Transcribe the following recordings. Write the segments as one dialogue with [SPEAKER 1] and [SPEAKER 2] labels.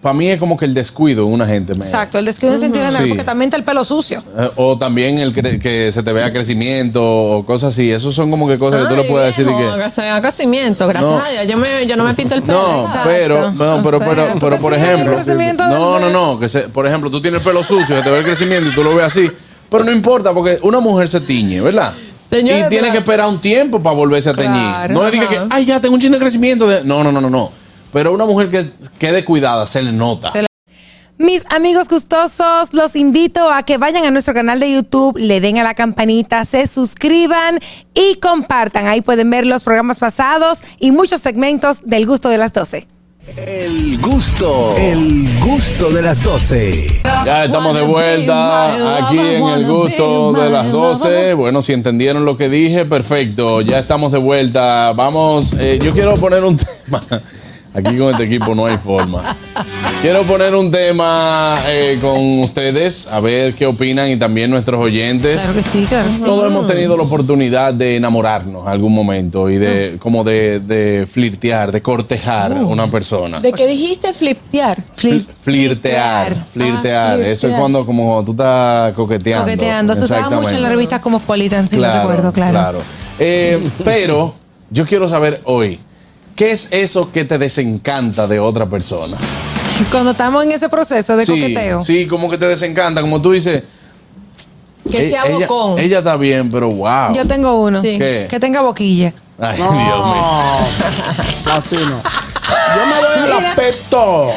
[SPEAKER 1] Para mí es como que el descuido de una gente. me-
[SPEAKER 2] Exacto, el descuido en sentido general,
[SPEAKER 1] Sí.
[SPEAKER 2] porque también está el pelo sucio.
[SPEAKER 1] Eh, O también el cre- que se te vea crecimiento o cosas así. Esos son como que cosas que tú le
[SPEAKER 3] Ay,
[SPEAKER 1] puedes decir y
[SPEAKER 3] viejo,
[SPEAKER 1] que...
[SPEAKER 3] se vea crecimiento, gracias
[SPEAKER 1] No.
[SPEAKER 3] a Dios. Yo, me- yo no me pinto el pelo.
[SPEAKER 1] No,
[SPEAKER 3] exacto.
[SPEAKER 1] pero, no,
[SPEAKER 3] O
[SPEAKER 1] pero,
[SPEAKER 3] sea,
[SPEAKER 1] pero,
[SPEAKER 3] ¿tú
[SPEAKER 1] pero
[SPEAKER 3] te
[SPEAKER 1] por
[SPEAKER 3] fijas en el
[SPEAKER 1] ejemplo,
[SPEAKER 3] crecimiento del
[SPEAKER 1] no, no,
[SPEAKER 3] bebé?
[SPEAKER 1] no, que se- por ejemplo, tú tienes el pelo sucio, se te ve el crecimiento y tú lo ves así, pero no importa porque una mujer se tiñe, ¿verdad?
[SPEAKER 3] Señores,
[SPEAKER 1] y tiene
[SPEAKER 3] pero-
[SPEAKER 1] que esperar un tiempo para volverse a teñir.
[SPEAKER 3] Claro,
[SPEAKER 1] no le diga que,
[SPEAKER 3] ajá.
[SPEAKER 1] ay, ya tengo un chin de crecimiento. de-". No, no, no, no, no. Pero una mujer que quede cuidada, se le nota.
[SPEAKER 2] Se le-
[SPEAKER 4] Mis amigos gustosos, los invito a que vayan a nuestro canal de YouTube, le den a la campanita, se suscriban y compartan. Ahí pueden ver los programas pasados y muchos segmentos del gusto de las 12.
[SPEAKER 5] El gusto, el gusto de las 12.
[SPEAKER 1] Ya estamos de vuelta aquí en el gusto de las 12. Bueno, si entendieron lo que dije, perfecto. Ya estamos de vuelta. Vamos, eh, yo quiero poner un tema. Aquí con este equipo no hay forma. Quiero poner un tema eh, con ustedes, a ver qué opinan y también nuestros oyentes.
[SPEAKER 2] Claro que sí, claro que sí.
[SPEAKER 1] Todos hemos tenido la oportunidad de enamorarnos algún momento y de
[SPEAKER 2] Ah.
[SPEAKER 1] como de, de flirtear, de cortejar a una persona.
[SPEAKER 3] ¿De qué dijiste fliptear?
[SPEAKER 1] Flir- Flirtear,
[SPEAKER 2] flirtear.
[SPEAKER 1] flirtear.
[SPEAKER 3] Ah, flirtear.
[SPEAKER 1] Eso es cuando como tú estás coqueteando.
[SPEAKER 2] Coqueteando. Se usaba mucho en la
[SPEAKER 1] Exactamente.
[SPEAKER 2] revista Cosmopolitan, si
[SPEAKER 1] Claro,
[SPEAKER 2] no recuerdo, claro.
[SPEAKER 1] Eh, Pero yo quiero saber hoy, ¿qué es eso que te desencanta de otra persona?
[SPEAKER 2] Cuando estamos en ese proceso de
[SPEAKER 1] sí,
[SPEAKER 2] coqueteo.
[SPEAKER 1] Sí, como que te desencanta, como tú dices.
[SPEAKER 3] Que
[SPEAKER 1] "Eh,
[SPEAKER 3] sea
[SPEAKER 1] ella,
[SPEAKER 3] bocón.
[SPEAKER 1] Ella está bien, pero wow.
[SPEAKER 2] Yo tengo uno.
[SPEAKER 3] Sí.
[SPEAKER 1] ¿Qué?
[SPEAKER 2] Que tenga boquilla.
[SPEAKER 1] Ay, Dios mío.
[SPEAKER 6] Así no. Yo me voy al aspecto,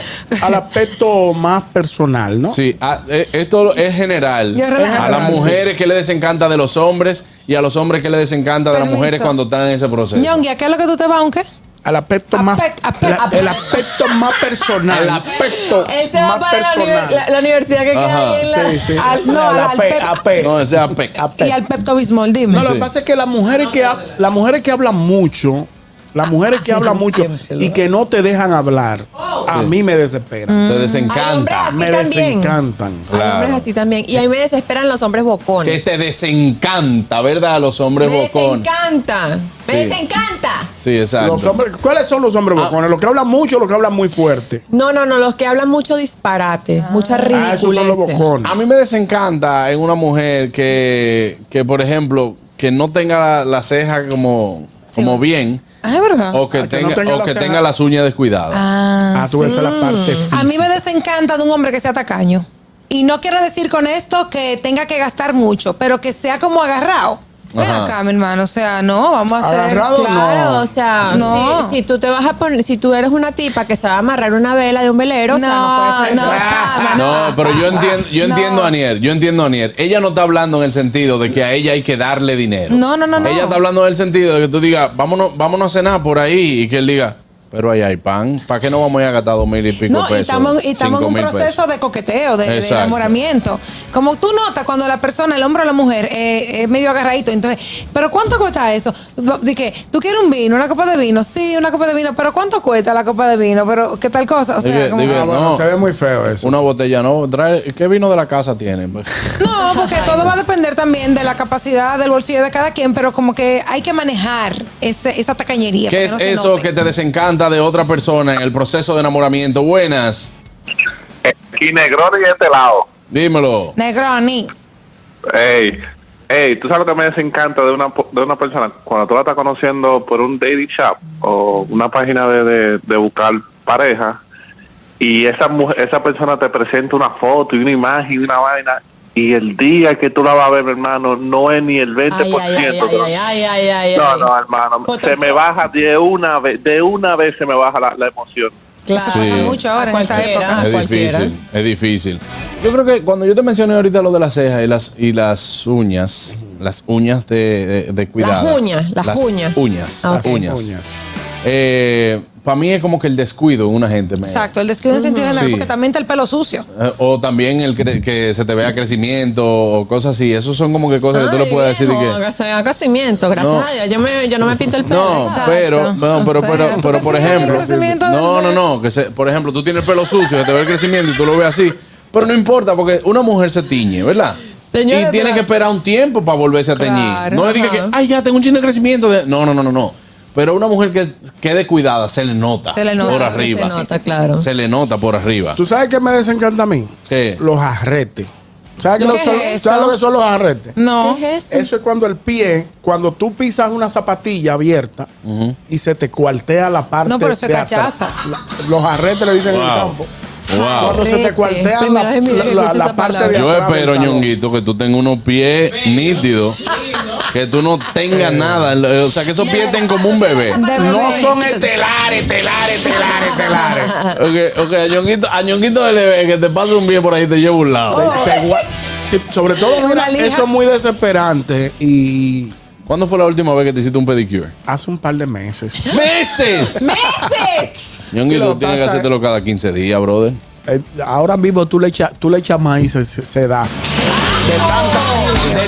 [SPEAKER 6] al aspecto más personal, ¿no?
[SPEAKER 1] Sí, a- eh, esto es general.
[SPEAKER 2] Yo relajo.
[SPEAKER 1] A las mujeres que le desencanta de los hombres y a los hombres que le desencanta de las
[SPEAKER 2] Permiso.
[SPEAKER 1] mujeres cuando están en ese proceso.
[SPEAKER 2] Ñongui, ¿a qué es lo que tú te vas, aunque?
[SPEAKER 6] Al aspecto más,
[SPEAKER 2] Aspec- aspec-
[SPEAKER 6] la-
[SPEAKER 2] aspec-
[SPEAKER 6] el aspecto más personal.
[SPEAKER 1] El aspecto.
[SPEAKER 3] Él se va
[SPEAKER 6] más
[SPEAKER 3] para la,
[SPEAKER 6] personal.
[SPEAKER 3] univer- la- la universidad que
[SPEAKER 1] Ajá.
[SPEAKER 3] queda ahí en la...
[SPEAKER 6] Sí, sí.
[SPEAKER 2] al- no,
[SPEAKER 6] El
[SPEAKER 2] al- al
[SPEAKER 6] ape-
[SPEAKER 2] pep-
[SPEAKER 6] ape-
[SPEAKER 1] No, ese aspecto.
[SPEAKER 6] ape-
[SPEAKER 2] Y al Pepto Bismol, dime.
[SPEAKER 6] No, lo que pasa es que las mujeres que ha- las mujeres que hablan mucho, las mujeres que hablan mucho y que no te dejan hablar, a
[SPEAKER 1] Sí. Mm.
[SPEAKER 6] mí me desesperan.
[SPEAKER 1] Te
[SPEAKER 3] Hay hombres
[SPEAKER 1] desencanta.
[SPEAKER 3] así
[SPEAKER 6] Me
[SPEAKER 3] también.
[SPEAKER 6] desencantan.
[SPEAKER 3] Hay hombres así también. Y a mí me desesperan los hombres
[SPEAKER 1] Que
[SPEAKER 3] bocones.
[SPEAKER 1] te desencanta, ¿verdad? A los hombres
[SPEAKER 3] me
[SPEAKER 1] bocones.
[SPEAKER 3] desencanta. Me
[SPEAKER 1] Sí.
[SPEAKER 3] desencanta.
[SPEAKER 1] Sí, exacto.
[SPEAKER 6] Los hombres, ¿Cuáles son los hombres bocones? Los que hablan mucho, los que hablan muy fuerte.
[SPEAKER 3] No, no, no. Los que hablan mucho disparate. Mucha
[SPEAKER 6] Ah, esos son los
[SPEAKER 3] ridiculez.
[SPEAKER 6] bocones.
[SPEAKER 1] A mí me desencanta en una mujer que, que por ejemplo, que no tenga la, la ceja como, como bien
[SPEAKER 2] Ah, es verdad.
[SPEAKER 1] o que,
[SPEAKER 6] Ah, que
[SPEAKER 1] tenga,
[SPEAKER 6] no tenga
[SPEAKER 1] o
[SPEAKER 6] la
[SPEAKER 1] que
[SPEAKER 6] ceja.
[SPEAKER 1] tenga las uñas descuidadas.
[SPEAKER 6] Ah, tú ves esa es
[SPEAKER 3] Mm.
[SPEAKER 6] la parte
[SPEAKER 2] A
[SPEAKER 6] física.
[SPEAKER 2] mí me desencanta de un hombre que sea tacaño. Y no quiero decir con esto que tenga que gastar mucho, pero que sea como agarrado. Ven
[SPEAKER 1] Ajá.
[SPEAKER 2] acá, mi hermano. O sea, no, vamos a hacer.
[SPEAKER 6] Agarrado,
[SPEAKER 3] Claro,
[SPEAKER 6] no.
[SPEAKER 3] o sea,
[SPEAKER 2] No.
[SPEAKER 3] si, si tú te vas a poner, si tú eres una tipa que se va a amarrar una vela de un velero, o sea, no puede ser.
[SPEAKER 2] No, chama,
[SPEAKER 1] No, pero yo
[SPEAKER 2] chama.
[SPEAKER 1] entiendo, yo
[SPEAKER 2] No.
[SPEAKER 1] entiendo a Anier, yo entiendo a Anier. Ella no está hablando en el sentido de que a ella hay que darle dinero.
[SPEAKER 2] No, no, no, no.
[SPEAKER 1] Ella está hablando en el sentido de que tú digas, vámonos, vámonos a cenar por ahí y que él diga, pero ahí hay pan, ¿para qué no vamos a ir a gastar dos mil y pico
[SPEAKER 2] No, y
[SPEAKER 1] pesos?
[SPEAKER 2] estamos, y estamos en
[SPEAKER 1] cinco
[SPEAKER 2] un
[SPEAKER 1] mil
[SPEAKER 2] proceso
[SPEAKER 1] pesos?
[SPEAKER 2] de coqueteo, de, de
[SPEAKER 1] Exacto.
[SPEAKER 2] enamoramiento. Como tú notas cuando la persona, el hombre o la mujer, eh, es medio agarradito, entonces, ¿pero cuánto cuesta eso? De que, ¿Tú quieres un vino, una copa de vino? Sí, una copa de vino, pero ¿cuánto cuesta la copa de vino? ¿Pero qué tal cosa? O sea,
[SPEAKER 1] Dije-
[SPEAKER 2] como-
[SPEAKER 1] dije,
[SPEAKER 6] Ah, bueno,
[SPEAKER 1] no.
[SPEAKER 6] se ve muy feo eso.
[SPEAKER 1] Una botella, ¿no? Trae, ¿Qué vino de la casa tienen?
[SPEAKER 2] No, porque todo va a depender también de la capacidad del bolsillo de cada quien, pero como que hay que manejar ese- esa tacañería. para
[SPEAKER 1] ¿Qué es
[SPEAKER 2] no se
[SPEAKER 1] eso
[SPEAKER 2] note.
[SPEAKER 1] que te desencanta de otra persona en el proceso de enamoramiento? Buenas,
[SPEAKER 7] Y Negroni de este lado.
[SPEAKER 1] dímelo.
[SPEAKER 2] Negroni.
[SPEAKER 7] Ey, ey, ¿tú sabes lo que me desencanta de una, po- de una persona? Cuando tú la estás conociendo por un dating shop o una página de, de, de buscar pareja y esa mujer, esa persona te presenta una foto y una imagen y una vaina y el día que tú la vas a ver, hermano, no es ni el 20%.
[SPEAKER 3] Ay, ay, ay, ay, ay, ay, ay, ay,
[SPEAKER 7] no,
[SPEAKER 3] ay.
[SPEAKER 7] no, hermano, se
[SPEAKER 3] Photoshop.
[SPEAKER 7] me baja de una vez, de una vez se me baja la, la emoción.
[SPEAKER 3] Claro.
[SPEAKER 2] Eso pasa
[SPEAKER 1] Sí.
[SPEAKER 2] mucho ahora en esta
[SPEAKER 3] Cualquiera.
[SPEAKER 2] época.
[SPEAKER 3] Ah,
[SPEAKER 1] es
[SPEAKER 3] cualquiera.
[SPEAKER 1] difícil, es difícil. Yo creo que cuando yo te mencioné ahorita lo de las cejas y las, y las uñas, las uñas de, de, de cuidado.
[SPEAKER 3] Las uñas, las uñas.
[SPEAKER 1] uñas,
[SPEAKER 3] Ah,
[SPEAKER 1] las
[SPEAKER 3] ok.
[SPEAKER 1] uñas. Para mí es como que el descuido de una gente. me-
[SPEAKER 2] Exacto, el descuido en sentido general,
[SPEAKER 1] Sí.
[SPEAKER 2] porque también está el pelo sucio.
[SPEAKER 1] Eh, O también el cre- que se te vea crecimiento o cosas así. Esos son como que cosas que tú le
[SPEAKER 3] Ay,
[SPEAKER 1] puedes decir y
[SPEAKER 3] viejo,
[SPEAKER 1] que.
[SPEAKER 3] se vea crecimiento, gracias
[SPEAKER 1] No.
[SPEAKER 3] a Dios. Yo, me, yo no me pinto el pelo.
[SPEAKER 1] No,
[SPEAKER 3] exacto.
[SPEAKER 1] pero, no,
[SPEAKER 3] O
[SPEAKER 1] pero,
[SPEAKER 3] sea,
[SPEAKER 1] pero,
[SPEAKER 3] ¿tú
[SPEAKER 1] pero
[SPEAKER 3] te
[SPEAKER 1] por
[SPEAKER 3] fijas en el
[SPEAKER 1] ejemplo,
[SPEAKER 3] crecimiento del
[SPEAKER 1] no, no,
[SPEAKER 3] bebé?
[SPEAKER 1] no, que se- por ejemplo, tú tienes el pelo sucio, se te ve el crecimiento y tú lo ves así, pero no importa porque una mujer se tiñe, ¿verdad?
[SPEAKER 3] Señores,
[SPEAKER 1] y tiene
[SPEAKER 3] pero-
[SPEAKER 1] que esperar un tiempo para volverse a teñir.
[SPEAKER 2] Claro,
[SPEAKER 1] no le diga que,
[SPEAKER 3] ajá.
[SPEAKER 1] ay, ya tengo un chin de crecimiento. de-". No, no, no, no, no. Pero una mujer que quede cuidada se le nota,
[SPEAKER 2] Se le nota,
[SPEAKER 1] por
[SPEAKER 2] sí,
[SPEAKER 1] arriba.
[SPEAKER 2] se nota, claro.
[SPEAKER 1] Se le nota por arriba.
[SPEAKER 6] ¿Tú sabes qué me desencanta a mí?
[SPEAKER 1] ¿Qué?
[SPEAKER 6] Los arretes. ¿Sabes, qué
[SPEAKER 2] ¿Qué
[SPEAKER 6] lo-
[SPEAKER 2] es
[SPEAKER 6] son-
[SPEAKER 2] eso?
[SPEAKER 6] sabes lo que son los arretes?
[SPEAKER 2] No.
[SPEAKER 3] ¿Qué es eso?
[SPEAKER 6] Eso es cuando el pie, cuando tú pisas una zapatilla abierta y se te cuartea la parte
[SPEAKER 2] No, pero eso es
[SPEAKER 6] de atrás.
[SPEAKER 2] cachaza.
[SPEAKER 6] La- los arretes le dicen en
[SPEAKER 1] Wow.
[SPEAKER 6] el campo.
[SPEAKER 1] Wow.
[SPEAKER 6] Cuando se te
[SPEAKER 3] Arrete.
[SPEAKER 6] cuartea la,
[SPEAKER 3] Primera vez en mi vida
[SPEAKER 6] la-
[SPEAKER 3] que
[SPEAKER 6] la-
[SPEAKER 3] escucho
[SPEAKER 6] la
[SPEAKER 3] esa
[SPEAKER 6] parte de
[SPEAKER 3] palabra.
[SPEAKER 1] Yo
[SPEAKER 6] atrás
[SPEAKER 1] espero,
[SPEAKER 6] del talón.
[SPEAKER 1] ñonguito, que tú tengas unos pies nítidos. Que tú no tengas nada. O sea, que esos pies estén como un bebé.
[SPEAKER 6] No son estelares, estelares, estelares, estelares.
[SPEAKER 1] Ok, ok, a Ñonguito, a Ñonguito le ve que te pase un pie por ahí y te lleva un lado.
[SPEAKER 6] Te- te gua- Sí, sobre todo,
[SPEAKER 2] Una
[SPEAKER 6] mira,
[SPEAKER 2] lija.
[SPEAKER 6] eso es muy desesperante y
[SPEAKER 1] ¿Cuándo fue la última vez que te hiciste un pedicure?
[SPEAKER 6] hace un par de meses.
[SPEAKER 1] ¡Meses!
[SPEAKER 3] Pues,
[SPEAKER 6] Si
[SPEAKER 1] Ñonguito,
[SPEAKER 6] lo
[SPEAKER 1] tú tienes que
[SPEAKER 6] pasa-
[SPEAKER 1] hacértelo cada 15 días, brother.
[SPEAKER 6] Eh, ahora mismo tú le echas tú le echas maíz se, se- se da.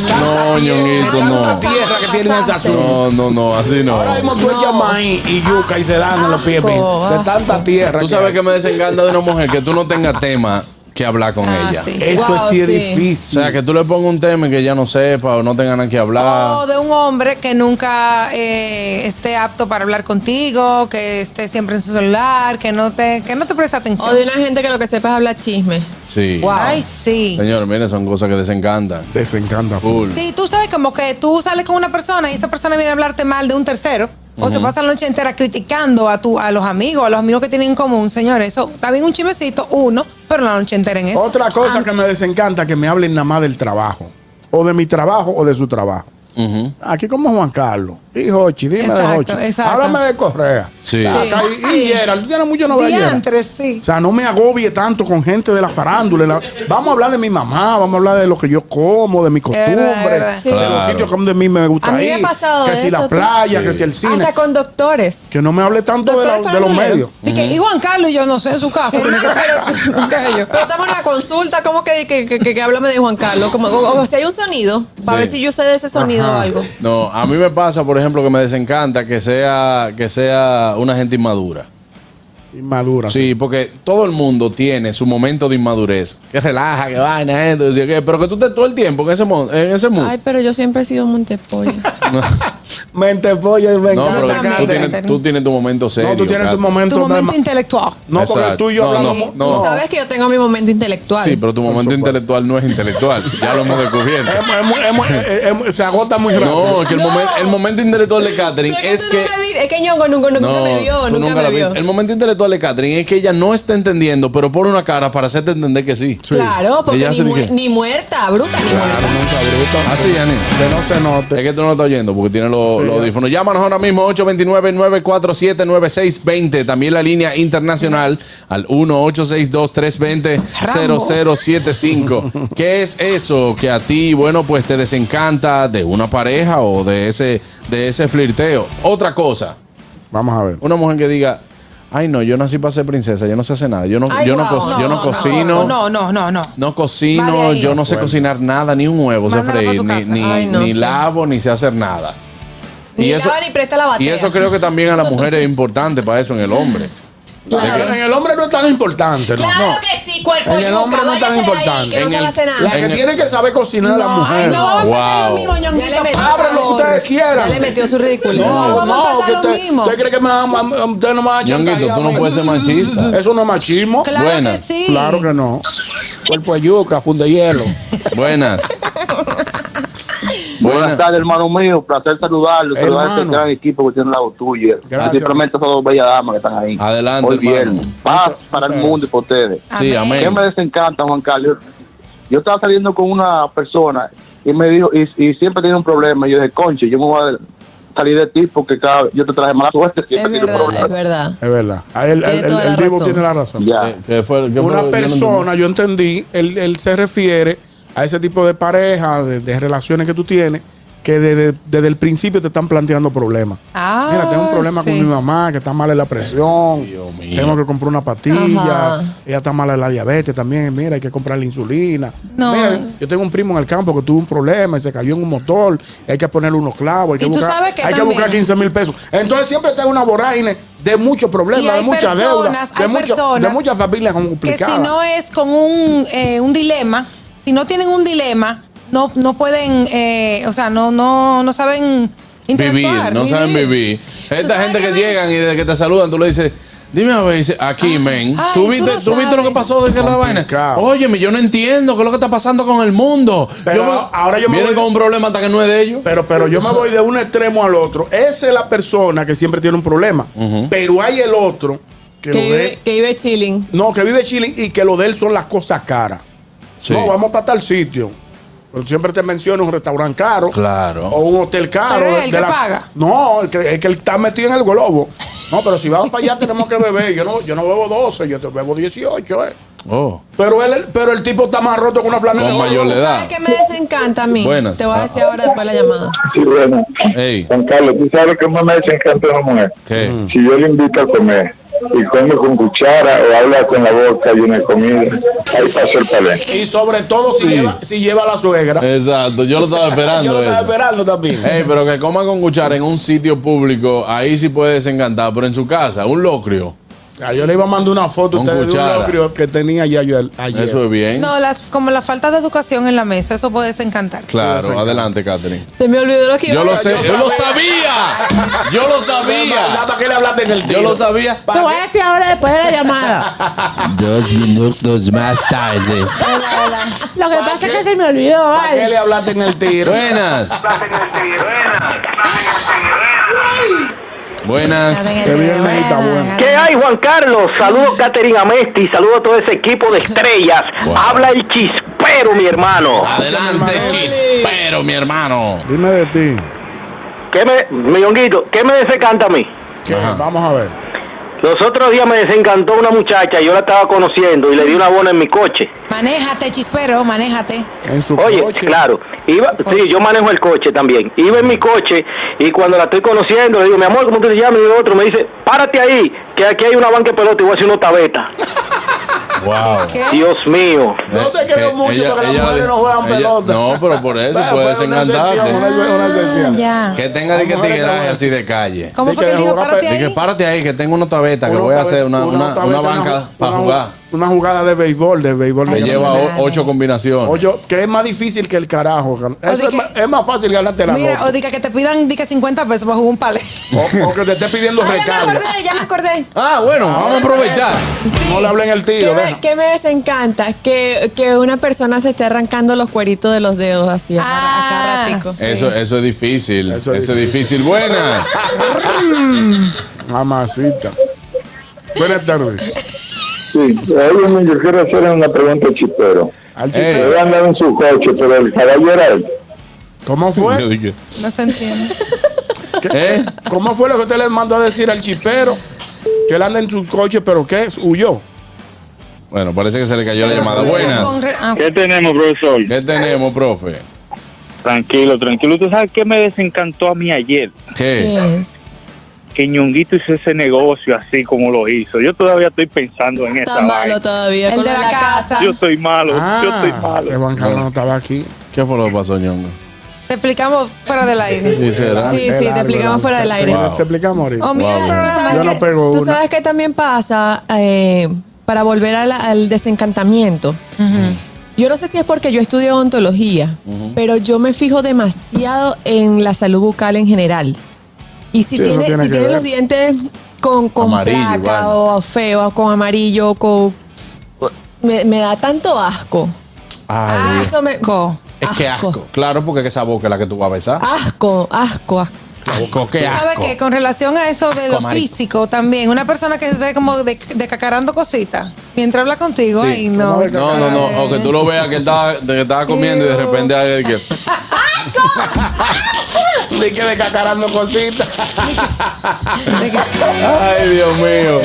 [SPEAKER 1] No, Ñonguito, no.
[SPEAKER 6] Tierra que tienen esa azul.
[SPEAKER 1] No, no, no, así no.
[SPEAKER 6] Ahora mismo tú echas maíz y yuca y se dan en los pies. mío. De tanta tierra.
[SPEAKER 1] Tú sabes
[SPEAKER 6] hay.
[SPEAKER 1] que me desencanta de una mujer que tú no tengas tema que hablar con ella.
[SPEAKER 2] sí.
[SPEAKER 6] eso
[SPEAKER 3] Wow,
[SPEAKER 6] sí es
[SPEAKER 3] sí.
[SPEAKER 1] O
[SPEAKER 6] difícil.
[SPEAKER 1] sea, que tú le pongas un tema y que ella no sepa o no tenga nada que
[SPEAKER 2] O
[SPEAKER 1] hablar.
[SPEAKER 2] de un hombre que nunca eh, esté apto para hablar contigo, que esté siempre en su celular, que no te, que no te preste atención.
[SPEAKER 3] O de una gente que lo que sepa es hablar chisme.
[SPEAKER 1] Sí.
[SPEAKER 2] Ay, sí.
[SPEAKER 1] Señor, mire, son cosas que desencantan.
[SPEAKER 6] Desencanta.
[SPEAKER 1] Full.
[SPEAKER 2] Sí, tú sabes como que tú sales con una persona y esa persona viene a hablarte mal de un tercero. O se pasa la noche entera criticando a tu, a los amigos, a los amigos que tienen en común, señores. Eso está bien un chimecito, uno, pero la noche entera en eso.
[SPEAKER 6] Otra cosa que me desencanta que me hablen nada más del trabajo. O de mi trabajo o de su trabajo.
[SPEAKER 1] Ujú.
[SPEAKER 6] Aquí como Juan Carlos. Y Hochi, dime de
[SPEAKER 2] Exacto,
[SPEAKER 6] Hochi.
[SPEAKER 2] exacto.
[SPEAKER 6] Háblame de Correa.
[SPEAKER 1] Sí.
[SPEAKER 6] Acá, y, y Gerald, tú tienes mucho novela.
[SPEAKER 2] Diantres, sí.
[SPEAKER 6] O sea, no me agobie tanto con gente de la farándula. La- Vamos a hablar de mi mamá, vamos a hablar de lo que yo como, de mi costumbre,
[SPEAKER 2] verdad, es verdad.
[SPEAKER 3] Sí.
[SPEAKER 6] de los
[SPEAKER 1] Claro.
[SPEAKER 6] sitios que a mí me gusta
[SPEAKER 3] A mí me
[SPEAKER 6] ir.
[SPEAKER 3] ha pasado
[SPEAKER 6] que si
[SPEAKER 3] eso,
[SPEAKER 6] la
[SPEAKER 3] tú.
[SPEAKER 6] playa,
[SPEAKER 1] Sí.
[SPEAKER 6] que si el cine.
[SPEAKER 3] Hasta con doctores.
[SPEAKER 6] Que no me hable tanto de, la-
[SPEAKER 3] Doctor
[SPEAKER 6] de los
[SPEAKER 3] farandulero.
[SPEAKER 6] medios.
[SPEAKER 2] Y, que, y Juan Carlos, yo no sé, en su casa. tiene que- ¿Qué sé yo?
[SPEAKER 3] Pero estamos en una consulta, ¿cómo que, que, que, que, que háblame de Juan Carlos? Como, o, o si hay un sonido, para
[SPEAKER 1] Sí.
[SPEAKER 3] ver si yo sé de ese sonido o algo.
[SPEAKER 1] No, a mí me pasa, por ejemplo, que me desencanta que sea, que sea una gente inmadura.
[SPEAKER 6] Inmadura.
[SPEAKER 1] Sí, porque todo el mundo tiene su momento de inmadurez. Que relaja, que vaina, esto, y qué, pero que tú estés todo el tiempo en ese, mo- en ese mood.
[SPEAKER 3] Ay, pero yo siempre he sido Montepollo.
[SPEAKER 6] Mente polla y
[SPEAKER 1] no,
[SPEAKER 6] venga.
[SPEAKER 1] pero que tú
[SPEAKER 2] también.
[SPEAKER 1] tienes, tú tienes tu momento serio.
[SPEAKER 6] No, tú tienes tu
[SPEAKER 1] Katy.
[SPEAKER 6] momento.
[SPEAKER 2] Tu
[SPEAKER 6] de-
[SPEAKER 2] momento intelectual.
[SPEAKER 6] no, porque
[SPEAKER 1] Exacto.
[SPEAKER 6] tú y yo
[SPEAKER 1] No, no,
[SPEAKER 6] hablamos.
[SPEAKER 1] no.
[SPEAKER 3] Tú sabes que yo tengo mi momento intelectual.
[SPEAKER 1] Sí, pero tu momento
[SPEAKER 6] supuesto.
[SPEAKER 1] intelectual no es intelectual. ya lo hemos descubierto.
[SPEAKER 6] Es muy- es muy- es muy- es- es- se agota muy rápido.
[SPEAKER 1] No, es que el, momen- el momento intelectual de Catherine
[SPEAKER 3] Tú
[SPEAKER 1] es
[SPEAKER 3] tú
[SPEAKER 1] que.
[SPEAKER 3] no me vi- es que Ñongo nunca, nunca
[SPEAKER 1] No,
[SPEAKER 3] me vio,
[SPEAKER 1] tú
[SPEAKER 3] nunca,
[SPEAKER 1] la
[SPEAKER 3] me vio.
[SPEAKER 1] viste. El momento intelectual de Catherine es que ella no está entendiendo, pero pone una cara para hacerte entender que sí.
[SPEAKER 3] Claro, porque
[SPEAKER 1] Ella
[SPEAKER 3] ni,
[SPEAKER 1] hace de
[SPEAKER 3] mu-
[SPEAKER 1] que-
[SPEAKER 3] ni muerta, bruta, ni muerta.
[SPEAKER 1] Así, Janine.
[SPEAKER 6] Que no se note.
[SPEAKER 1] Es Ah, que tú no lo estás oyendo porque tiene los, los audífonos. Llámanos ahora mismo 829-947-9620. También la línea internacional al 1-862-320-0075. ¿Qué es eso que a ti, bueno, pues te desencanta de una pareja o de ese, de ese flirteo? Otra cosa,
[SPEAKER 6] Vamos a ver.
[SPEAKER 1] una mujer que diga, ay no, yo nací para ser princesa, yo no sé hacer nada, yo no,
[SPEAKER 3] Ay,
[SPEAKER 1] yo no,
[SPEAKER 3] guau.
[SPEAKER 1] co-
[SPEAKER 3] No,
[SPEAKER 1] pues, yo no
[SPEAKER 3] no,
[SPEAKER 1] cocino. No,
[SPEAKER 2] No, no, no, no.
[SPEAKER 1] cocino,
[SPEAKER 2] Vale ahí.
[SPEAKER 1] yo no sé cocinar nada, ni un huevo sé
[SPEAKER 2] Mándala pa'
[SPEAKER 1] freír,
[SPEAKER 2] su
[SPEAKER 1] ni,
[SPEAKER 2] casa.
[SPEAKER 1] ni,
[SPEAKER 3] Ay, no,
[SPEAKER 1] ni
[SPEAKER 3] sí.
[SPEAKER 1] lavo, ni sé hacer nada.
[SPEAKER 3] Ni lava ni presta la batea.
[SPEAKER 1] Y eso creo que también a la mujer es importante para eso en el hombre.
[SPEAKER 6] En el hombre no es tan importante, ¿no?
[SPEAKER 3] Claro
[SPEAKER 6] no.
[SPEAKER 3] que sí, cuerpo
[SPEAKER 6] En el
[SPEAKER 3] yuca,
[SPEAKER 6] hombre no es tan
[SPEAKER 3] váyase de ahí,
[SPEAKER 6] importante.
[SPEAKER 3] que no
[SPEAKER 1] En
[SPEAKER 3] se
[SPEAKER 1] el-
[SPEAKER 3] va a hacer
[SPEAKER 6] La
[SPEAKER 3] nada.
[SPEAKER 1] en
[SPEAKER 6] que
[SPEAKER 1] el-
[SPEAKER 6] tiene que saber cocinar es la mujer.
[SPEAKER 2] No, vamos a
[SPEAKER 1] Wow.
[SPEAKER 2] pasar lo mismo,
[SPEAKER 3] Ya le
[SPEAKER 2] ñonguito.
[SPEAKER 3] metió-
[SPEAKER 6] Abran lo que ustedes
[SPEAKER 3] Ya
[SPEAKER 6] quieran.
[SPEAKER 3] le metió su ridiculez.
[SPEAKER 2] No, vamos a pasar
[SPEAKER 6] que
[SPEAKER 2] lo
[SPEAKER 6] usted,
[SPEAKER 2] mismo.
[SPEAKER 6] ¿Usted cree que me va a- usted no me va a chantajear
[SPEAKER 1] Ñonguito, tú no
[SPEAKER 6] a mí?
[SPEAKER 1] puedes ser machista.
[SPEAKER 6] Eso no es machismo.
[SPEAKER 2] Claro
[SPEAKER 1] Buena.
[SPEAKER 2] que sí.
[SPEAKER 6] Claro que no. Cuerpo de yuca, funde hielo.
[SPEAKER 1] Buenas.
[SPEAKER 7] Buenas
[SPEAKER 1] Buenas.
[SPEAKER 7] tardes, hermano mío. Placer saludarlo. Saludar a este
[SPEAKER 6] Hermano.
[SPEAKER 7] gran equipo que tiene al lado tuyo.
[SPEAKER 6] Gracias.
[SPEAKER 7] Simplemente esas dos bellas damas que están ahí.
[SPEAKER 1] Adelante,
[SPEAKER 7] Hoy
[SPEAKER 1] hermano.
[SPEAKER 7] viernes. Paz para el mundo y para ustedes.
[SPEAKER 1] Sí,
[SPEAKER 7] ¿Qué
[SPEAKER 1] amén.
[SPEAKER 7] me desencanta, Juan Carlos? Yo estaba saliendo con una persona y me dijo, y, y siempre tiene un problema. Y yo dije, conche, yo me voy a salir de ti porque cada vez yo te traje mala suerte.
[SPEAKER 3] Es
[SPEAKER 7] Siempre tiene un
[SPEAKER 3] verdad, es
[SPEAKER 7] problema.
[SPEAKER 3] verdad.
[SPEAKER 6] Es verdad. Ahí El,
[SPEAKER 3] Tiene
[SPEAKER 6] el- el-
[SPEAKER 3] toda la
[SPEAKER 6] el vivo
[SPEAKER 3] razón.
[SPEAKER 6] tiene la razón.
[SPEAKER 7] Ya.
[SPEAKER 1] ¿Qué- qué fue- qué fue-
[SPEAKER 6] Una
[SPEAKER 1] yo no
[SPEAKER 6] persona, yo entendí, él, él se refiere a ese tipo de pareja, de, de relaciones que tú tienes, que desde, desde el principio te están planteando problemas.
[SPEAKER 2] Ah,
[SPEAKER 6] Mira, tengo un problema
[SPEAKER 2] sí.
[SPEAKER 6] con mi mamá, que está mala en la presión.
[SPEAKER 1] Dios mío.
[SPEAKER 6] Tengo que comprar una pastilla.
[SPEAKER 3] Ajá.
[SPEAKER 6] Ella está mala en la diabetes también. Mira, hay que comprar la insulina.
[SPEAKER 2] No.
[SPEAKER 6] Mira, yo tengo un primo en el campo que tuvo un problema y se cayó en un motor. Hay que ponerle unos clavos. Hay que
[SPEAKER 2] Y tú
[SPEAKER 6] buscar,
[SPEAKER 2] sabes que
[SPEAKER 6] hay que
[SPEAKER 2] también-
[SPEAKER 6] buscar 15 mil pesos. Entonces siempre está en una vorágine de muchos
[SPEAKER 2] Y
[SPEAKER 6] problemas,
[SPEAKER 2] hay
[SPEAKER 6] de muchas
[SPEAKER 2] personas,
[SPEAKER 6] deudas, de,
[SPEAKER 2] hay
[SPEAKER 6] mucho- de
[SPEAKER 2] personas
[SPEAKER 6] muchas familias
[SPEAKER 2] que
[SPEAKER 6] complicadas.
[SPEAKER 2] si no es con un, eh, un dilema, si no tienen un dilema, no, no pueden, eh, o sea, no, no, no saben
[SPEAKER 1] vivir,
[SPEAKER 2] Interactuar,
[SPEAKER 1] no saben vivir. Esta
[SPEAKER 2] sabes
[SPEAKER 1] gente
[SPEAKER 2] que
[SPEAKER 1] que
[SPEAKER 2] me-
[SPEAKER 1] llegan y desde que te saludan, tú le dices, dime a ver, dice, aquí, men,
[SPEAKER 2] ay,
[SPEAKER 1] ¿tú
[SPEAKER 2] tú
[SPEAKER 1] viste,
[SPEAKER 2] no
[SPEAKER 1] tú viste lo que
[SPEAKER 2] sabes.
[SPEAKER 1] pasó de que la vaina?
[SPEAKER 6] Complicado.
[SPEAKER 1] Óyeme, yo no entiendo qué es lo que está pasando con el mundo.
[SPEAKER 6] Pero
[SPEAKER 1] Yo-
[SPEAKER 6] ahora yo me
[SPEAKER 1] Vienen
[SPEAKER 6] voy-
[SPEAKER 1] con un problema hasta que no es de ellos.
[SPEAKER 6] Pero, pero yo me voy de un extremo al otro. Esa es la persona que siempre tiene un problema. Pero hay el otro que,
[SPEAKER 3] Que
[SPEAKER 6] lo de.
[SPEAKER 3] vive, que vive chilling.
[SPEAKER 6] No, que vive chilling y que lo de él son las cosas caras.
[SPEAKER 1] Sí.
[SPEAKER 6] No, vamos para tal sitio. Pero siempre te menciona un restaurante caro.
[SPEAKER 1] Claro.
[SPEAKER 6] O un hotel caro.
[SPEAKER 2] Pero es
[SPEAKER 6] de-
[SPEAKER 2] el
[SPEAKER 6] de
[SPEAKER 2] que paga.
[SPEAKER 6] No, es que, es que él está metido en el globo. No, pero si vamos para allá tenemos que beber. Yo no, yo no bebo 12, yo te bebo 18, eh.
[SPEAKER 1] Oh,
[SPEAKER 6] Pero, él, pero el tipo está más roto que una flanela.
[SPEAKER 1] con mayor
[SPEAKER 3] ¿Sabes
[SPEAKER 1] edad.
[SPEAKER 3] qué me desencanta a mí?
[SPEAKER 1] Buenas.
[SPEAKER 6] Ah.
[SPEAKER 3] Te voy a decir ahora después de la llamada.
[SPEAKER 8] Sí, bueno.
[SPEAKER 1] Ey.
[SPEAKER 8] Juan Carlos, tú sabes que más me desencanta una mujer.
[SPEAKER 1] ¿Qué?
[SPEAKER 8] Si yo le invito a comer y come con cuchara o habla con la boca llena de comida, ahí pasa el palenque.
[SPEAKER 6] Y sobre todo si,
[SPEAKER 1] Sí.
[SPEAKER 6] lleva, si lleva a la suegra.
[SPEAKER 1] Exacto, yo lo estaba
[SPEAKER 6] yo
[SPEAKER 1] esperando.
[SPEAKER 6] lo estaba
[SPEAKER 1] eso.
[SPEAKER 6] esperando también.
[SPEAKER 1] Ey, pero que coma con cuchara en un sitio público, ahí sí puede desencantar, pero en su casa, un locrio,
[SPEAKER 6] Ah, Yo le iba a mandar una foto a
[SPEAKER 1] Con
[SPEAKER 6] ustedes de un
[SPEAKER 1] cuchara.
[SPEAKER 6] locrio que tenía ya yo el- ayer.
[SPEAKER 1] eso es bien.
[SPEAKER 2] No, las, como la falta de educación en la mesa, eso puede desencantar.
[SPEAKER 1] claro, adelante, Catherine.
[SPEAKER 3] Se me olvidó lo que iba
[SPEAKER 1] Yo
[SPEAKER 3] a
[SPEAKER 1] lo
[SPEAKER 3] decir.
[SPEAKER 1] sé, yo lo sabía, yo lo sabía,
[SPEAKER 6] ¿Para qué le hablaste en el
[SPEAKER 1] yo
[SPEAKER 6] tiro?
[SPEAKER 1] lo sabía.
[SPEAKER 6] ¿Para qué?
[SPEAKER 3] decir ahora después de la llamada.
[SPEAKER 9] Dos minutos más tarde.
[SPEAKER 3] Lo que pasa es que se me olvidó,
[SPEAKER 6] ¿Para qué le hablaste en el tiro?
[SPEAKER 1] Buenas, buenas.
[SPEAKER 6] Qué bien, Neita, bueno.
[SPEAKER 10] ¿Qué hay, Juan Carlos? Saludos, Caterina Mesti. Saludos a todo ese equipo de estrellas.
[SPEAKER 1] Wow.
[SPEAKER 10] Habla el chispero, mi hermano.
[SPEAKER 1] Adelante, chispero, mi hermano.
[SPEAKER 6] Dime de ti.
[SPEAKER 10] ¿Qué me, mi honguito, ¿qué me desencanta a mí?
[SPEAKER 6] ¿Qué? Vamos a ver.
[SPEAKER 10] Los otros días me desencantó una muchacha, yo la estaba conociendo y le di una bola en mi coche.
[SPEAKER 2] Manéjate, chispero, manéjate.
[SPEAKER 6] En su
[SPEAKER 10] Oye,
[SPEAKER 6] coche.
[SPEAKER 10] claro, iba, sí, yo manejo el coche también. Iba en mi coche y cuando la estoy conociendo le digo, mi amor, ¿cómo tú te llamas? Y el otro me dice, párate ahí, que aquí hay una banca de pelota y voy a hacer una tabeta. Ah,
[SPEAKER 1] Wow.
[SPEAKER 2] ¿Qué?
[SPEAKER 10] Dios mío.
[SPEAKER 6] No te
[SPEAKER 1] Eh,
[SPEAKER 6] creo
[SPEAKER 1] que
[SPEAKER 6] mucho porque las mujeres no juegan
[SPEAKER 1] ella-
[SPEAKER 6] pelota.
[SPEAKER 1] No, pero por eso
[SPEAKER 6] Bueno,
[SPEAKER 1] puede
[SPEAKER 6] pues, una excepción,
[SPEAKER 1] desencantarte.
[SPEAKER 6] Una,
[SPEAKER 3] Ah,
[SPEAKER 6] una excepción.
[SPEAKER 2] Ya.
[SPEAKER 1] Que tenga de que
[SPEAKER 6] Vamos a ver cómo
[SPEAKER 1] tigueraje
[SPEAKER 6] es.
[SPEAKER 1] así de calle.
[SPEAKER 2] ¿Cómo
[SPEAKER 6] Di
[SPEAKER 2] fue
[SPEAKER 6] que
[SPEAKER 2] que dijo?
[SPEAKER 6] jugaba
[SPEAKER 2] Párate
[SPEAKER 6] pe-
[SPEAKER 1] Dije,
[SPEAKER 2] ahí.
[SPEAKER 1] párate ahí, que tengo una tabeta, que
[SPEAKER 6] Una
[SPEAKER 1] voy a
[SPEAKER 6] otra
[SPEAKER 1] hacer
[SPEAKER 6] vez-
[SPEAKER 1] una, una,
[SPEAKER 6] otra
[SPEAKER 1] una
[SPEAKER 6] vez
[SPEAKER 1] banca
[SPEAKER 6] una-
[SPEAKER 1] para
[SPEAKER 6] una-
[SPEAKER 1] jugar.
[SPEAKER 6] Una jugada de béisbol, de béisbol.
[SPEAKER 1] Te
[SPEAKER 6] de
[SPEAKER 1] lleva
[SPEAKER 2] mi
[SPEAKER 1] o-
[SPEAKER 2] madre.
[SPEAKER 1] ocho combinaciones.
[SPEAKER 6] Oye, que es más difícil que el carajo. Carlos. Eso
[SPEAKER 2] de
[SPEAKER 6] es,
[SPEAKER 2] que-
[SPEAKER 6] más, es más fácil ganarte la
[SPEAKER 2] Mira,
[SPEAKER 6] loca.
[SPEAKER 2] o diga que te pidan diga 50 pesos para jugar un palé.
[SPEAKER 6] O, o que te esté pidiendo
[SPEAKER 2] Ah, ya me
[SPEAKER 6] recarga.
[SPEAKER 2] acordé, ya me acordé.
[SPEAKER 1] Ah, bueno, vamos a aprovechar.
[SPEAKER 6] No le hablen el tiro.
[SPEAKER 3] ¿Qué
[SPEAKER 6] deja.
[SPEAKER 3] me, qué me desencanta? Que, que una persona se esté arrancando los cueritos de los dedos así a cada- a cada
[SPEAKER 2] Ah,
[SPEAKER 3] ratico.
[SPEAKER 2] sí.
[SPEAKER 1] Eso, eso es difícil.
[SPEAKER 6] Eso
[SPEAKER 1] Eso
[SPEAKER 6] es
[SPEAKER 1] es difícil. Buenas.
[SPEAKER 6] Mamacita. Buenas tardes.
[SPEAKER 8] Sí, oye, yo quiero hacerle una pregunta al chipero.
[SPEAKER 6] Al
[SPEAKER 1] Ey.
[SPEAKER 8] Él anda en su coche, pero el caballo era él.
[SPEAKER 6] ¿Cómo
[SPEAKER 1] Yo
[SPEAKER 6] fue?
[SPEAKER 1] dije,
[SPEAKER 2] No se entiende.
[SPEAKER 1] ¿eh?
[SPEAKER 6] ¿Cómo fue lo que usted le mandó a decir al chipero? Que él anda en sus coches, pero ¿qué? Huyó.
[SPEAKER 1] Bueno, parece que se le cayó la llamada.
[SPEAKER 2] Con
[SPEAKER 1] Buenas.
[SPEAKER 2] re- ah,
[SPEAKER 8] ¿Qué tenemos, profesor?
[SPEAKER 1] ¿Qué tenemos, profe?
[SPEAKER 8] Tranquilo, tranquilo. ¿Tú sabes qué me desencantó a mí ayer?
[SPEAKER 1] ¿Qué?
[SPEAKER 3] ¿Qué?
[SPEAKER 8] Que Ñonguito hizo ese negocio así como lo hizo. Yo todavía estoy pensando en
[SPEAKER 3] Está malo todavía.
[SPEAKER 2] El
[SPEAKER 3] con
[SPEAKER 2] de
[SPEAKER 3] lo
[SPEAKER 2] la casa.
[SPEAKER 8] Yo estoy malo, yo estoy
[SPEAKER 6] Ah, que
[SPEAKER 8] malo.
[SPEAKER 6] Juan Carlos no estaba aquí.
[SPEAKER 1] ¿Qué fue lo que pasó, Ñongo?
[SPEAKER 2] Te explicamos fuera del aire.
[SPEAKER 1] Sí, será.
[SPEAKER 3] Sí, sí, te explicamos fuera del aire.
[SPEAKER 1] Wow.
[SPEAKER 6] Te explicamos ahorita.
[SPEAKER 2] Oh, mira,
[SPEAKER 1] Wow.
[SPEAKER 2] el
[SPEAKER 3] Tú
[SPEAKER 2] programa
[SPEAKER 3] sabes
[SPEAKER 6] Yo
[SPEAKER 3] que-
[SPEAKER 6] no pego
[SPEAKER 3] tú
[SPEAKER 6] una.
[SPEAKER 3] sabes que también pasa eh, para volver a la- al desencantamiento. Yo no sé si es porque yo estudié odontología, pero yo me fijo demasiado en la salud bucal en general. Y si
[SPEAKER 6] Sí, eso
[SPEAKER 3] tiene,
[SPEAKER 6] tiene
[SPEAKER 3] si
[SPEAKER 6] que
[SPEAKER 3] tiene
[SPEAKER 6] ver.
[SPEAKER 3] los dientes con, con
[SPEAKER 1] Amarillo,
[SPEAKER 3] placa
[SPEAKER 1] vale.
[SPEAKER 3] o feo, o con amarillo, con, me, me da tanto asco. Ah,
[SPEAKER 1] Ay,
[SPEAKER 3] Eso me-
[SPEAKER 2] Co.
[SPEAKER 1] es que asco. Claro, porque es esa boca es la que tú vas a besar.
[SPEAKER 3] Asco, asco, asco.
[SPEAKER 1] Asco, qué
[SPEAKER 2] Tú sabes
[SPEAKER 1] asco.
[SPEAKER 2] que con relación a eso de lo
[SPEAKER 1] Comadre.
[SPEAKER 2] físico también, una persona que se ve como de, decacarando cositas mientras habla contigo,
[SPEAKER 1] Sí.
[SPEAKER 2] ay no.
[SPEAKER 6] Comadre,
[SPEAKER 1] No, no, no. O que tú lo veas que él estaba, que estaba comiendo y de repente hay que.
[SPEAKER 6] De que descacarando cositas.
[SPEAKER 2] De que-
[SPEAKER 1] Ay, Dios mío.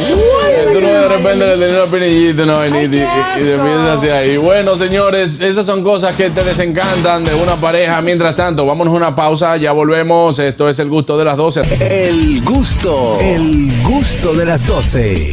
[SPEAKER 1] Tú no de repente le tenía una pinillita, una vainita y,
[SPEAKER 2] qué
[SPEAKER 1] y te
[SPEAKER 2] asco.
[SPEAKER 1] empiezas hacia ahí. Bueno, señores, esas son cosas que te desencantan de una pareja. Mientras tanto, vámonos a una pausa, ya volvemos. Esto es el gusto de las 12.
[SPEAKER 5] El gusto, el gusto de las doce.